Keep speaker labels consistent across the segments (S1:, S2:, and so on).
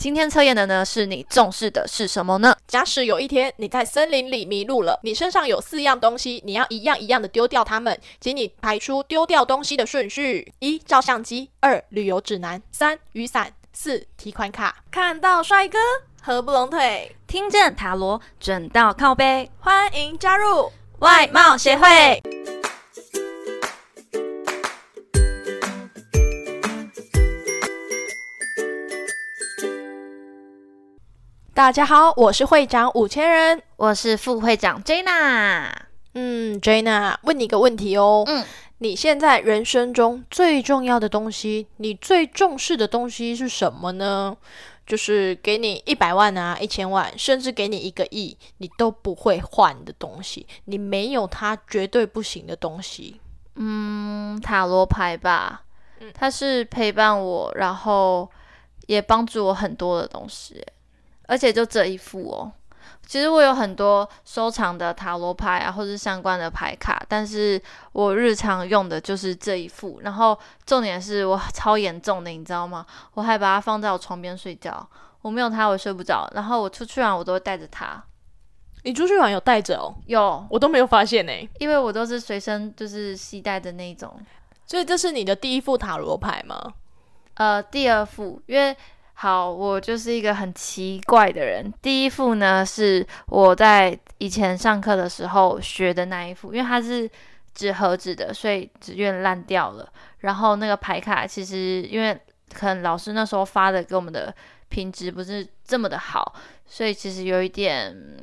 S1: 今天测验的呢，是你重视的是什么呢？
S2: 假使有一天你在森林里迷路了，你身上有四样东西，你要一样一样的丢掉它们，请你排出丢掉东西的顺序：一、照相机；二、旅游指南；三、雨伞；四、提款卡。
S3: 看到帅哥，合不拢腿，
S1: 听见塔罗，准到靠背。
S3: 欢迎加入。
S1: 外貌协会。
S2: 大家好，我是会长五千人。
S1: 我是副会长 Jana。
S2: 嗯，Jana，问你一个问题哦。
S1: 嗯，
S2: 你现在人生中最重要的东西，你最重视的东西是什么呢？就是给你一百万啊，一千万，甚至给你一个亿，你都不会换的东西，你没有它绝对不行的东西。
S1: 嗯，塔罗牌吧，它是陪伴我，然后也帮助我很多的东西，而且就这一副哦。其实我有很多收藏的塔罗牌啊，或是相关的牌卡，但是我日常用的就是这一副。然后重点是我超严重的，你知道吗？我还把它放在我床边睡觉，我没有它我睡不着。然后我出去玩我都会带着它，
S2: 你出去玩有带着哦，
S1: 有，
S2: 我都没有发现欸呢、
S1: 因为我都是随身就是携带的那一种。
S2: 所以这是你的第一副塔罗牌吗？
S1: 呃，第二副，因为好，我就是一个很奇怪的人。第一副呢，是我在以前上课的时候学的那一副，因为它是纸盒子的，所以纸卷烂掉了。然后那个牌卡其实因为可能老师那时候发的给我们的品质不是这么的好，所以其实有一点嗯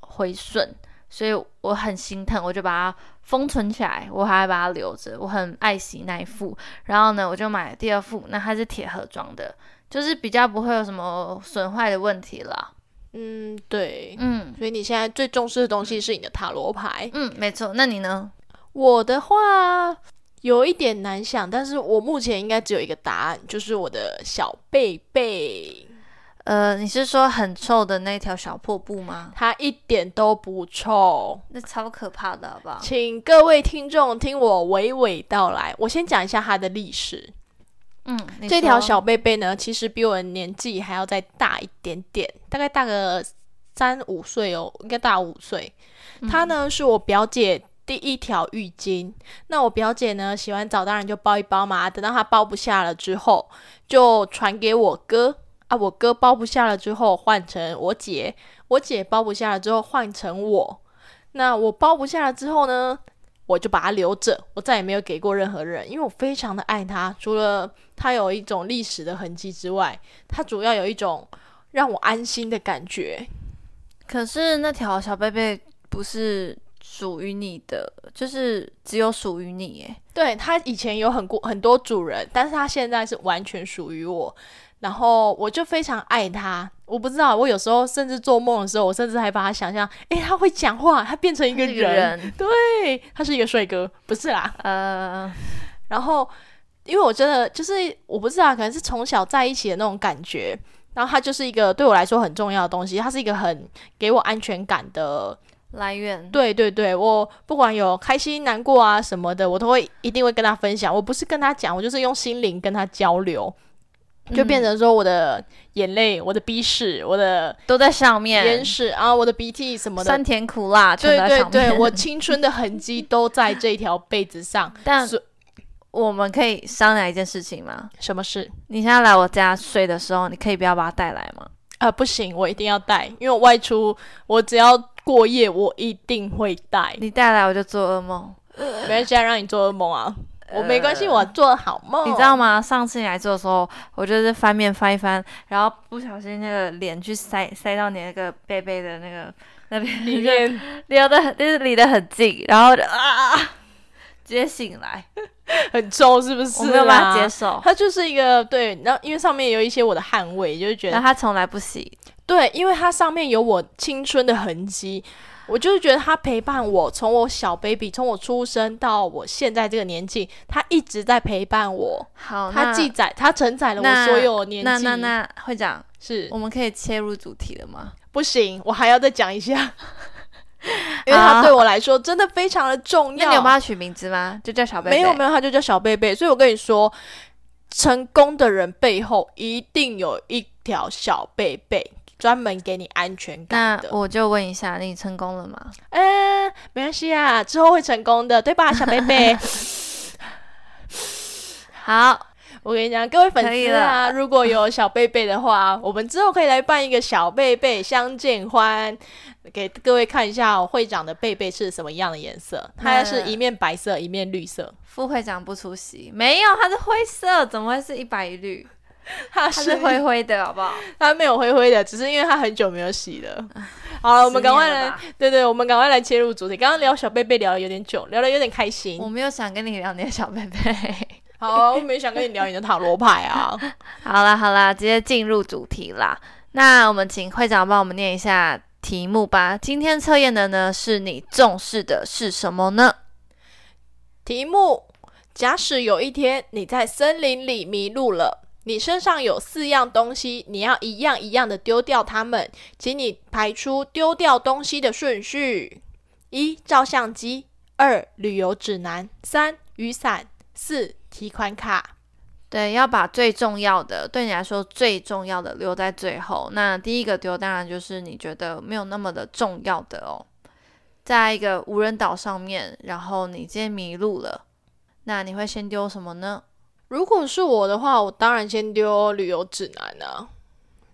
S1: 回损，所以我很心疼，我就把它封存起来，我还把它留着，我很爱惜那一副。然后呢，我就买了第二副，那它是铁盒装的，就是比较不会有什么损坏的问题啦。
S2: 嗯，对。
S1: 嗯
S2: 所以你现在最重视的东西是你的塔罗牌。
S1: 嗯，没错。那你呢？
S2: 我的话有一点难想，但是我目前应该只有一个答案，就是我的小贝贝，
S1: 呃，你是说很臭的那条小破布吗？
S2: 它一点都不臭。
S1: 那超可怕的，好不好？
S2: 请各位听众听我娓娓道来。我先讲一下它的历史。
S1: 嗯，你
S2: 这条
S1: 说
S2: 小贝贝呢，其实比我的年纪还要再大一点点，大概大个三五岁哦，应该大五岁。
S1: 嗯
S2: 它呢是我表姐第一条浴巾。那我表姐呢洗完澡当然就包一包嘛，等到她包不下了之后，就传给我哥啊，我哥包不下了之后换成我姐，我姐包不下了之后换成我。那我包不下了之后呢，我就把它留着，我再也没有给过任何人，因为我非常的爱它。除了它有一种历史的痕迹之外，它主要有一种让我安心的感觉。
S1: 可是那条小贝贝不是属于你的，就是只有属于你诶。
S2: 对，它以前有很过很多主人，但是它现在是完全属于我，然后我就非常爱它。我不知道，我有时候甚至做梦的时候，我甚至还把它想象，诶，它会讲话，它变成一个
S1: 这个
S2: 人，
S1: 人，
S2: 对，它是一个帅哥，不是啦，
S1: 呃，
S2: 然后，因为我真的就是我不知道，可能是从小在一起的那种感觉。然后它就是一个对我来说很重要的东西，它是一个很给我安全感的。
S1: 来源
S2: 对对对，我不管有开心、难过啊什么的，我都会一定会跟他分享。我不是跟他讲，我就是用心灵跟他交流，就变
S1: 嗯
S2: 成说我的眼泪、我的鼻屎、我的
S1: 都在上
S2: 眼
S1: 面，
S2: 屎啊、我的鼻涕什么的
S1: 酸。甜苦辣全
S2: 对
S1: 嗯在
S2: 对
S1: 上面。
S2: 对，我青春的痕迹都在这条被子上。
S1: 但
S2: 所
S1: 我们可以商量一件事情吗？
S2: 什么事？
S1: 你现在来我家睡的时候，你可以不要把它带来吗？
S2: 啊，不行，我一定要带，因为我外出，我只要过夜，我一定会带。
S1: 你带来我就做噩梦，
S2: 没关系啊，让你做噩梦啊，我没关系，我做好梦。
S1: 呃你知道？吗？上次你来做的时候，我就是翻面翻一翻，然后不小心那个脸去塞塞到你那个背背的那个那边
S2: 里面
S1: 聊的就是离得很近，然后就啊，直接醒来，
S2: 很臭，是不是、啊？
S1: 我没有办法接受。
S2: 它就是一个对，然后因为上面有一些我的汗味，就是觉
S1: 然后
S2: 得
S1: 他从来不洗，
S2: 对，因为它上面有我青春的痕迹，我就是觉得它陪伴我，从我小 baby，从我出生到我现在这个年纪，它一直在陪伴我，
S1: 好，
S2: 它
S1: 那
S2: 记载，它承载了我
S1: 那
S2: 所有年纪。
S1: 那那那会长，
S2: 是
S1: 我们可以切入主题了吗？
S2: 不行，我还要再讲一下，因为它对我来说真的非常的重
S1: 那
S2: 要。
S1: 你有帮他取名字吗？就叫小贝贝。
S2: 没有没有，它就叫小贝贝。所以我跟你说，成功的人背后一定有一条小贝贝，专门给你安全
S1: 那
S2: 感的。
S1: 我就问一下，你成功了吗？
S2: 嗯，没关系啊，之后会成功的，对吧，小贝贝？
S1: 好，
S2: 我跟你讲，各位粉
S1: 可以
S2: 丝啊，如果有小贝贝的话，我们之后可以来办一个小贝贝相见欢，给各位看一下哦会长的贝贝是什么样的颜色。它是一面白色，一面绿色，
S1: 副会长不出席，没有，他是灰色，怎么会是一白一 绿？
S2: 它
S1: 他
S2: 是
S1: 是灰灰的，好不好？
S2: 它没有灰灰的，只是因为它很久没有洗了。好了，我们赶快
S1: 十年了
S2: 来
S1: 吧，
S2: 对对，我们赶快来切入主题。刚刚聊小贝贝聊的有点久，聊的有点开心
S1: 我。没有想跟你聊你的小贝贝。
S2: 好啊，我没想跟你聊你的塔罗牌啊。
S1: 好啦好啦，直接进入主题啦。那我们请会长帮我们念一下题目吧。今天测验的呢是你重视的是什么呢？
S2: 题目：假使有一天你在森林里迷路了，你身上有四样东西，你要一样一样的丢掉它们，请你排出丢掉东西的顺序：一、照相机；二、旅游指南；三、雨伞；四、提款卡。
S1: 对，要把最重要的，对你来说最重要的留在最后。那第一个丢，当然就是你觉得没有那么的重要的哦。在一个无人岛上面，然后你今天迷路了，那你会先丢什么呢？
S2: 如果是我的话，我当然先丢旅游指南啊，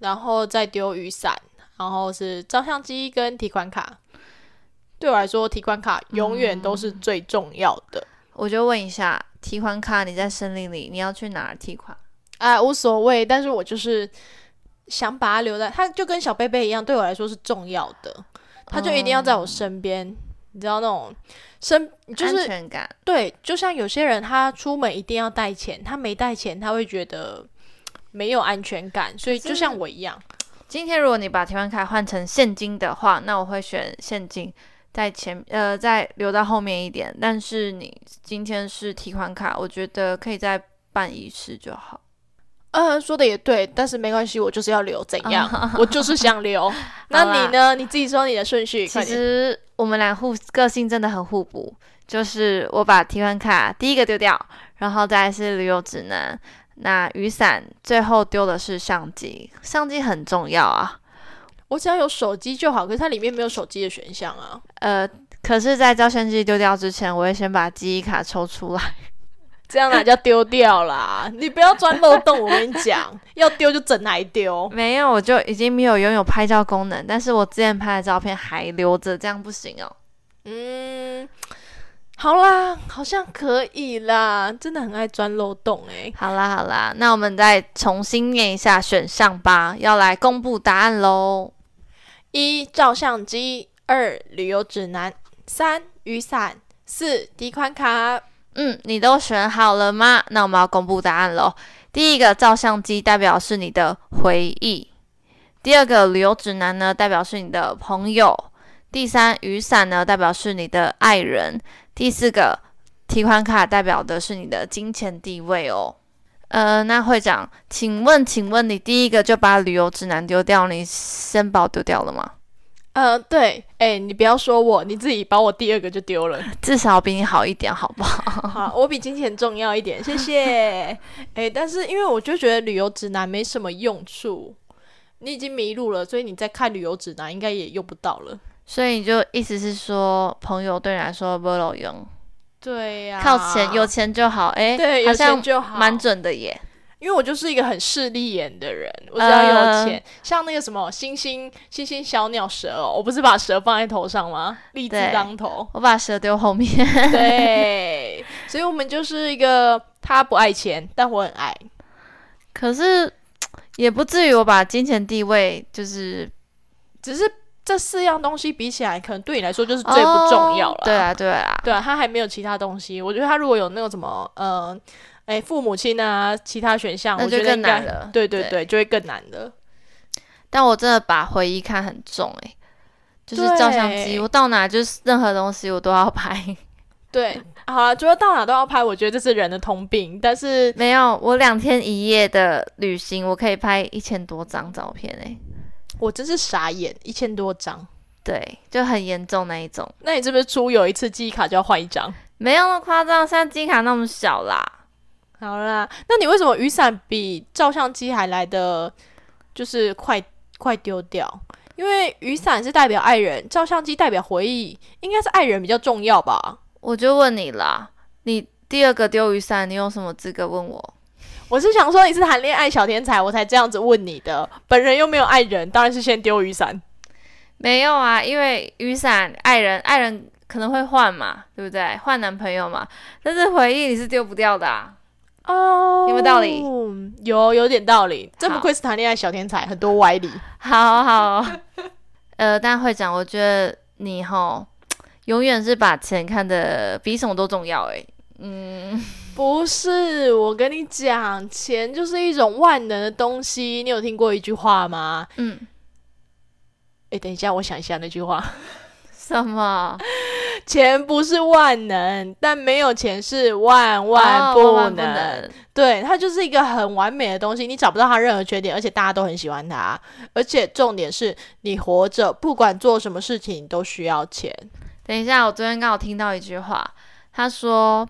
S2: 然后再丢雨伞，然后是照相机跟提款卡。对我来说，提款卡永远都是最重要的。
S1: 我就问一下，提款卡你在森林里，你要去哪儿提款？
S2: 哎，无所谓，但是我就是想把它留在，它就跟小贝贝一样，对我来说是重要的，它就一定要在我身边。你知道那种身就
S1: 安
S2: 是
S1: 全感。
S2: 对，就像有些人他出门一定要带钱，他没带钱他会觉得没有安全感，所以
S1: 可
S2: 就是像我一样，
S1: 今天如果你把提款卡换成现金的话，那我会选现金，在前呃再留到后面一点。但是你今天是提款卡，我觉得可以再办一次就好。
S2: 嗯，说的也对，但是没关系，我就是要留，怎样？我就是 想留。那
S1: 啊啦
S2: 你呢？你自己说你的顺序，
S1: 其
S2: 快点。
S1: 实我们俩互个性真的很互补，就是我把提款卡第一个丢掉，然后再来是旅游指南，那雨伞最后丢的是相机，相机很重要啊。
S2: 我只要有手机就好，可是它里面没有手机的选 项啊。
S1: 呃，可是，在照相机丢掉之前，我会先把记忆卡抽出来。
S2: 这
S1: 啊
S2: 样哪叫丢掉啦？你不要钻漏洞，我跟你讲，要丢就整 来丢。
S1: 没有，我就已经没有拥有拍照功能，但是我之前拍的照片还留着，这样不行哦。
S2: 嗯，好啦，好像可以啦，真的很爱钻漏洞欸诶、
S1: 好啦好啦，那我们再重新念一下选项吧，要来公布答案喽。
S2: 一照相机，二旅游指南，三雨伞，四提款卡。
S1: 嗯，你都选好了吗？那我们要公布答案喽。第一个照相机代表是你的回忆，第二个旅游指南呢代表是你的朋友，第三雨伞呢代表是你的爱人，第四个提款卡代表的是你的金钱地位哦。呃，那会长，请问，请问你第一个就把旅游指南丢掉，你申报丢掉了吗？
S2: 呃，对，哎、你不要说我，你自己把我第二个就 丢了。
S1: 至少比你好一点，好不好？
S2: 好，我比金钱重要一点，谢谢。哎、但是因为我就觉得旅游指南没什么用处，你已经迷路了，所以你再看旅游指南应该也用不到了。
S1: 所以你就意思是说，朋友对你来说不有用。
S2: 对呀、
S1: 靠钱，有钱就好。哎、
S2: 对
S1: 好
S2: 有钱
S1: 像
S2: 就好，
S1: 蛮准的耶。
S2: 因为我就是一个很势利眼的人，我只要有
S1: 呃
S2: 钱，像那个什么星星星星小鸟蛇哦，我不是把蛇放在头上吗？立志
S1: 对
S2: 当头，
S1: 我把蛇丢后 面，
S2: 对，所以我们就是一个他不爱钱，但我很爱。
S1: 可是也不至于我把金钱地位就是
S2: 只是这四样东西比起来，可能对你来说就是最不重要了。
S1: 哦对，啊，对啊，
S2: 对啊，他还没有其他东西。我觉得他如果有那种什么，呃，哎，父母亲啊，其他选项，
S1: 那
S2: 我觉
S1: 就
S2: 得
S1: 更
S2: 应该
S1: 难。了。
S2: 对对
S1: 对
S2: 对，就会更难的。
S1: 但我真的把回忆看很重哎、就是
S2: 对
S1: 照相机，我到哪就是任何东西我都要拍。
S2: 对，好了，觉得到哪都要拍，我觉得这是人的通病。但是
S1: 没有，我两天一夜的旅行，我可以拍一千多张照片哎、
S2: 我真是傻眼，一千多张。
S1: 对，就很严重那一种，
S2: 那你是不是出游一次记忆卡就要换一张？
S1: 没有那么夸张，现在金卡那么小啦。
S2: 好啦，那你为什么雨伞比照相机还来的就是快快丢掉？因为雨伞是代表爱人，照相机代表回忆，应该是爱人比较重要吧？
S1: 我就问你啦，你第二个丢雨伞，你有什么资格问我？
S2: 我是想说你是谈恋爱小天才，我才这样子问你的。本人又没有爱人，当然是先丢雨伞。
S1: 没有啊，因为雨伞爱人爱人可能会换嘛，对不对？换男朋友嘛，但是回忆你是丢不掉的啊。
S2: 哦
S1: 有没有道理？
S2: 有，有点道理。这不
S1: 好
S2: 愧是谈恋爱小天才，很多歪理。
S1: 好 好，呃，但会长，我觉得你吼永远是把钱看得比什么都重要诶、嗯，
S2: 不是，我跟你讲，钱就是一种万能的东西。你有听过一句话吗？
S1: 嗯，
S2: 诶，等一下，我想一下那句话。
S1: 什么？
S2: 钱不是万能，但没有钱是万万
S1: 哦
S2: 不能。
S1: 万万不能。
S2: 对，它就是一个很完美的东西，你找不到它任何缺点，而且大家都很喜欢它。而且重点是你活着，不管做什么事情都需要钱。
S1: 等一下，我昨天刚好听到一句话，他说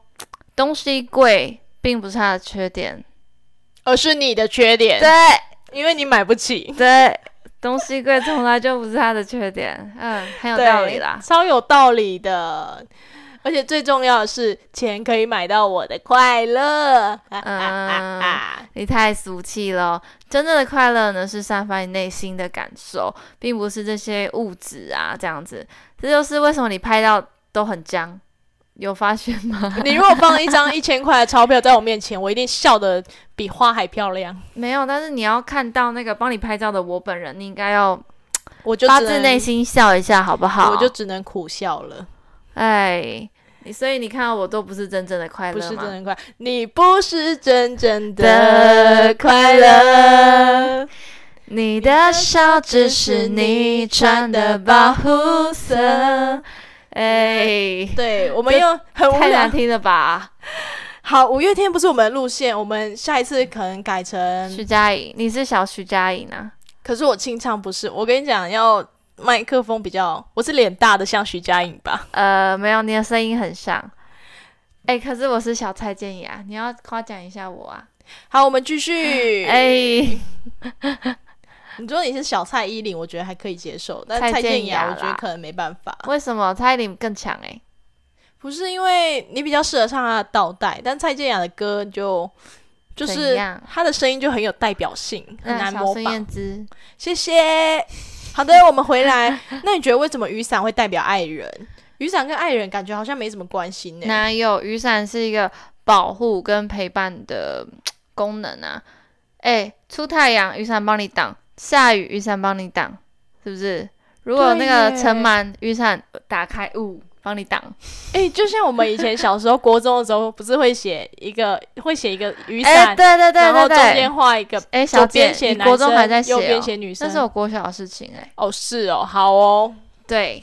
S1: 东西贵并不是他的缺点，
S2: 而是你的缺点，
S1: 对
S2: 因为你买不起。
S1: 对，东西贵从来就不是他的缺点，嗯，很有道理啦
S2: 对。超有道理的。而且最重要的是，钱可以买到我的快乐。啊
S1: 嗯你太俗气了！真正的快乐呢，是散发你内心的感受，并不是这些物质啊这样子。这就是为什么你拍到都很僵，有发现吗？
S2: 你如果放一张一千块的钞票在我面前，我一定笑得比花还漂亮。
S1: 没有，但是你要看到那个帮你拍照的我本人，你应该要
S2: 我就
S1: 发
S2: 只
S1: 自
S2: 能
S1: 内，心笑一下，好不好？
S2: 我就只能苦笑了，
S1: 哎，你所以你看到我都不是真正的快乐
S2: 不
S1: 吗？
S2: 是真的快，你不是真正
S1: 的
S2: 的
S1: 快
S2: 快
S1: 乐
S2: 乐。
S1: 你的笑只是你穿的保护色。哎，
S2: 对，我们又很无
S1: 太
S2: 聊
S1: 难。听了吧？
S2: 好，五月天不是我们的路线，我们下一次可能改成。
S1: 徐佳莹，你是小徐佳莹啊？
S2: 可是我清唱不是，我跟你讲，要麦克风比较，我是脸大的，像徐佳莹吧？
S1: 呃，没有，你的声音很像。哎、可是我是小蔡健雅，你要夸奖一下我啊！
S2: 好，我们继续。
S1: 哎、
S2: 你说你是小蔡依林，我觉得还可以接受，但
S1: 蔡
S2: 蔡
S1: 健
S2: 健雅
S1: 雅
S2: 我觉得
S1: 啦
S2: 可能没办法。
S1: 为什么蔡依林更强、哎，
S2: 不是因为你比较适合唱她的倒带，但蔡健雅的歌就就
S1: 怎
S2: 是
S1: 样
S2: 她的声音就很有代表性，很
S1: 那
S2: 难
S1: 小
S2: 模
S1: 孙
S2: 仿
S1: 燕。姿，
S2: 谢谢。好的，我们 回来。那你觉得为什么雨伞会代表爱人？雨伞跟爱人感觉好像没什么关系呢。
S1: 哪有雨伞是一个保护跟陪伴的嘖功能啊？哎、出太阳，雨伞帮你挡；下雨，雨伞帮你挡，是不是？如果那
S2: 对
S1: 个
S2: 耶
S1: 尘螨，雨伞打开，呜、帮你挡。
S2: 哎、就像我们以前小时候国中的时候，不是会写一个会写一个雨
S1: 哎、
S2: 伞，
S1: 对对对
S2: 然后
S1: 对
S2: 中
S1: 对
S2: 间。画一个，
S1: 哎、
S2: 左
S1: 小姐
S2: 边，写
S1: 你
S2: 男
S1: 国中还
S2: 生
S1: 在写、哦？
S2: 右边写女生。
S1: 那是我国小的事情哎、
S2: 哦，是哦，好哦，
S1: 对，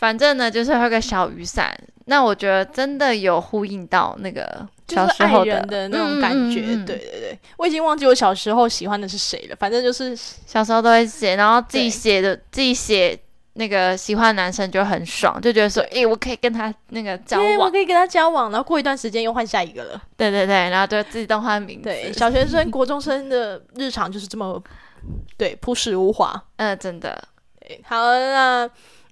S1: 反正呢就是会有个小雨伞。那我觉得真的有呼应到那个
S2: 就
S1: 小
S2: 是
S1: 时
S2: 爱
S1: 候
S2: 人的那种感觉。
S1: 嗯嗯嗯嗯
S2: 对对对，我已经忘记我小时候喜欢的是谁了，反正就是
S1: 小时候都会写，然后自己
S2: 对
S1: 写的自己写那个喜欢的男生就很爽，就觉得说，诶、我可以跟他那个交
S2: 耶我
S1: 往，
S2: 可以跟他交往，然后过一段时间又换下一个了。
S1: 对对对，然后就自动换名字，
S2: 对，小学 生、国中生的日常就是这么对朴实无华。
S1: 嗯、真的，
S2: 对好，那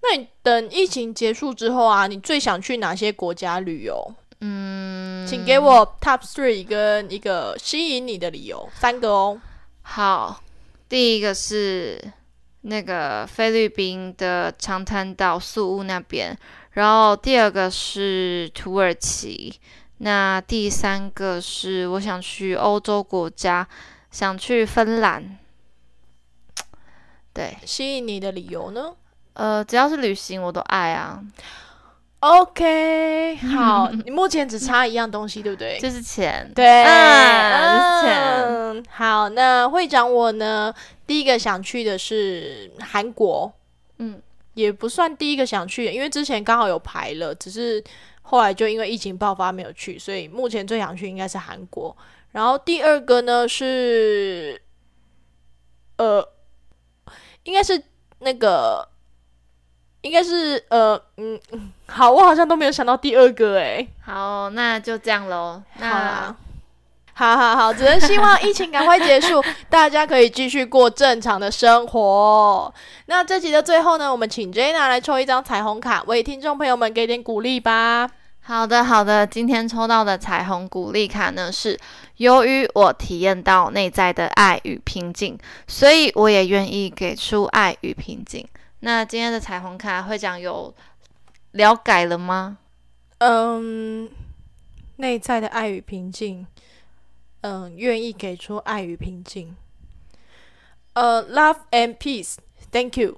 S2: 那你等疫情结束之后啊，你最想去哪些国家旅游？
S1: 嗯，
S2: 请给我 top three 跟一个吸引你的理由，三个哦。
S1: 好，第一个是那个菲律宾的长滩岛宿务那边，然后第二个是土耳其，那第三个是我想去欧洲国家，想去芬兰。对，
S2: 吸引你的理由呢
S1: 呃，只要是旅行我都爱啊，
S2: ？OK，好， 你目前只差一样东西，对不对？
S1: 就是钱。
S2: 对，
S1: 啊就是
S2: 嗯，好，那会长我呢，第一个想去的是韩国，
S1: 嗯，
S2: 也不算第一个想去的，因为之前刚好有排了，只是后来就因为疫情爆发没有去，所以目前最想去应该是韩国。然后第二个呢是，呃，应该是那个，应该是呃，嗯，嗯好，我好像都没有想到第二个、欸，
S1: 好，那就这样喽。
S2: 好
S1: 那
S2: 啦好好好，只能希望疫情赶快结束，大家可以继续过正常的生活。那这集的最后呢，我们请 Jenna 来抽一张彩虹卡，为听众朋友们给点鼓励吧。
S1: 好的，好的。今天抽到的彩虹鼓励卡呢，是由于我体验到内在的爱与平静，所以我也愿意给出爱与平静。那今天的彩虹卡会长有了解了吗？
S2: 嗯，内在的爱与平静，嗯，愿意给出爱与平静。呃，love and peace，thank you。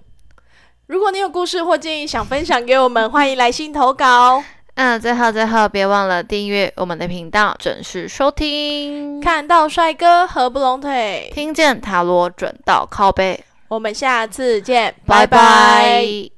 S2: 如果你有故事或建议想分享给我们，欢迎来信投稿。
S1: 嗯，最后最后，别忘了订阅我们的频道，准时收听，
S2: 看到帅哥合不拢腿，
S1: 听见塔罗准到靠背，
S2: 我们下次见，
S1: 拜
S2: 拜拜
S1: 拜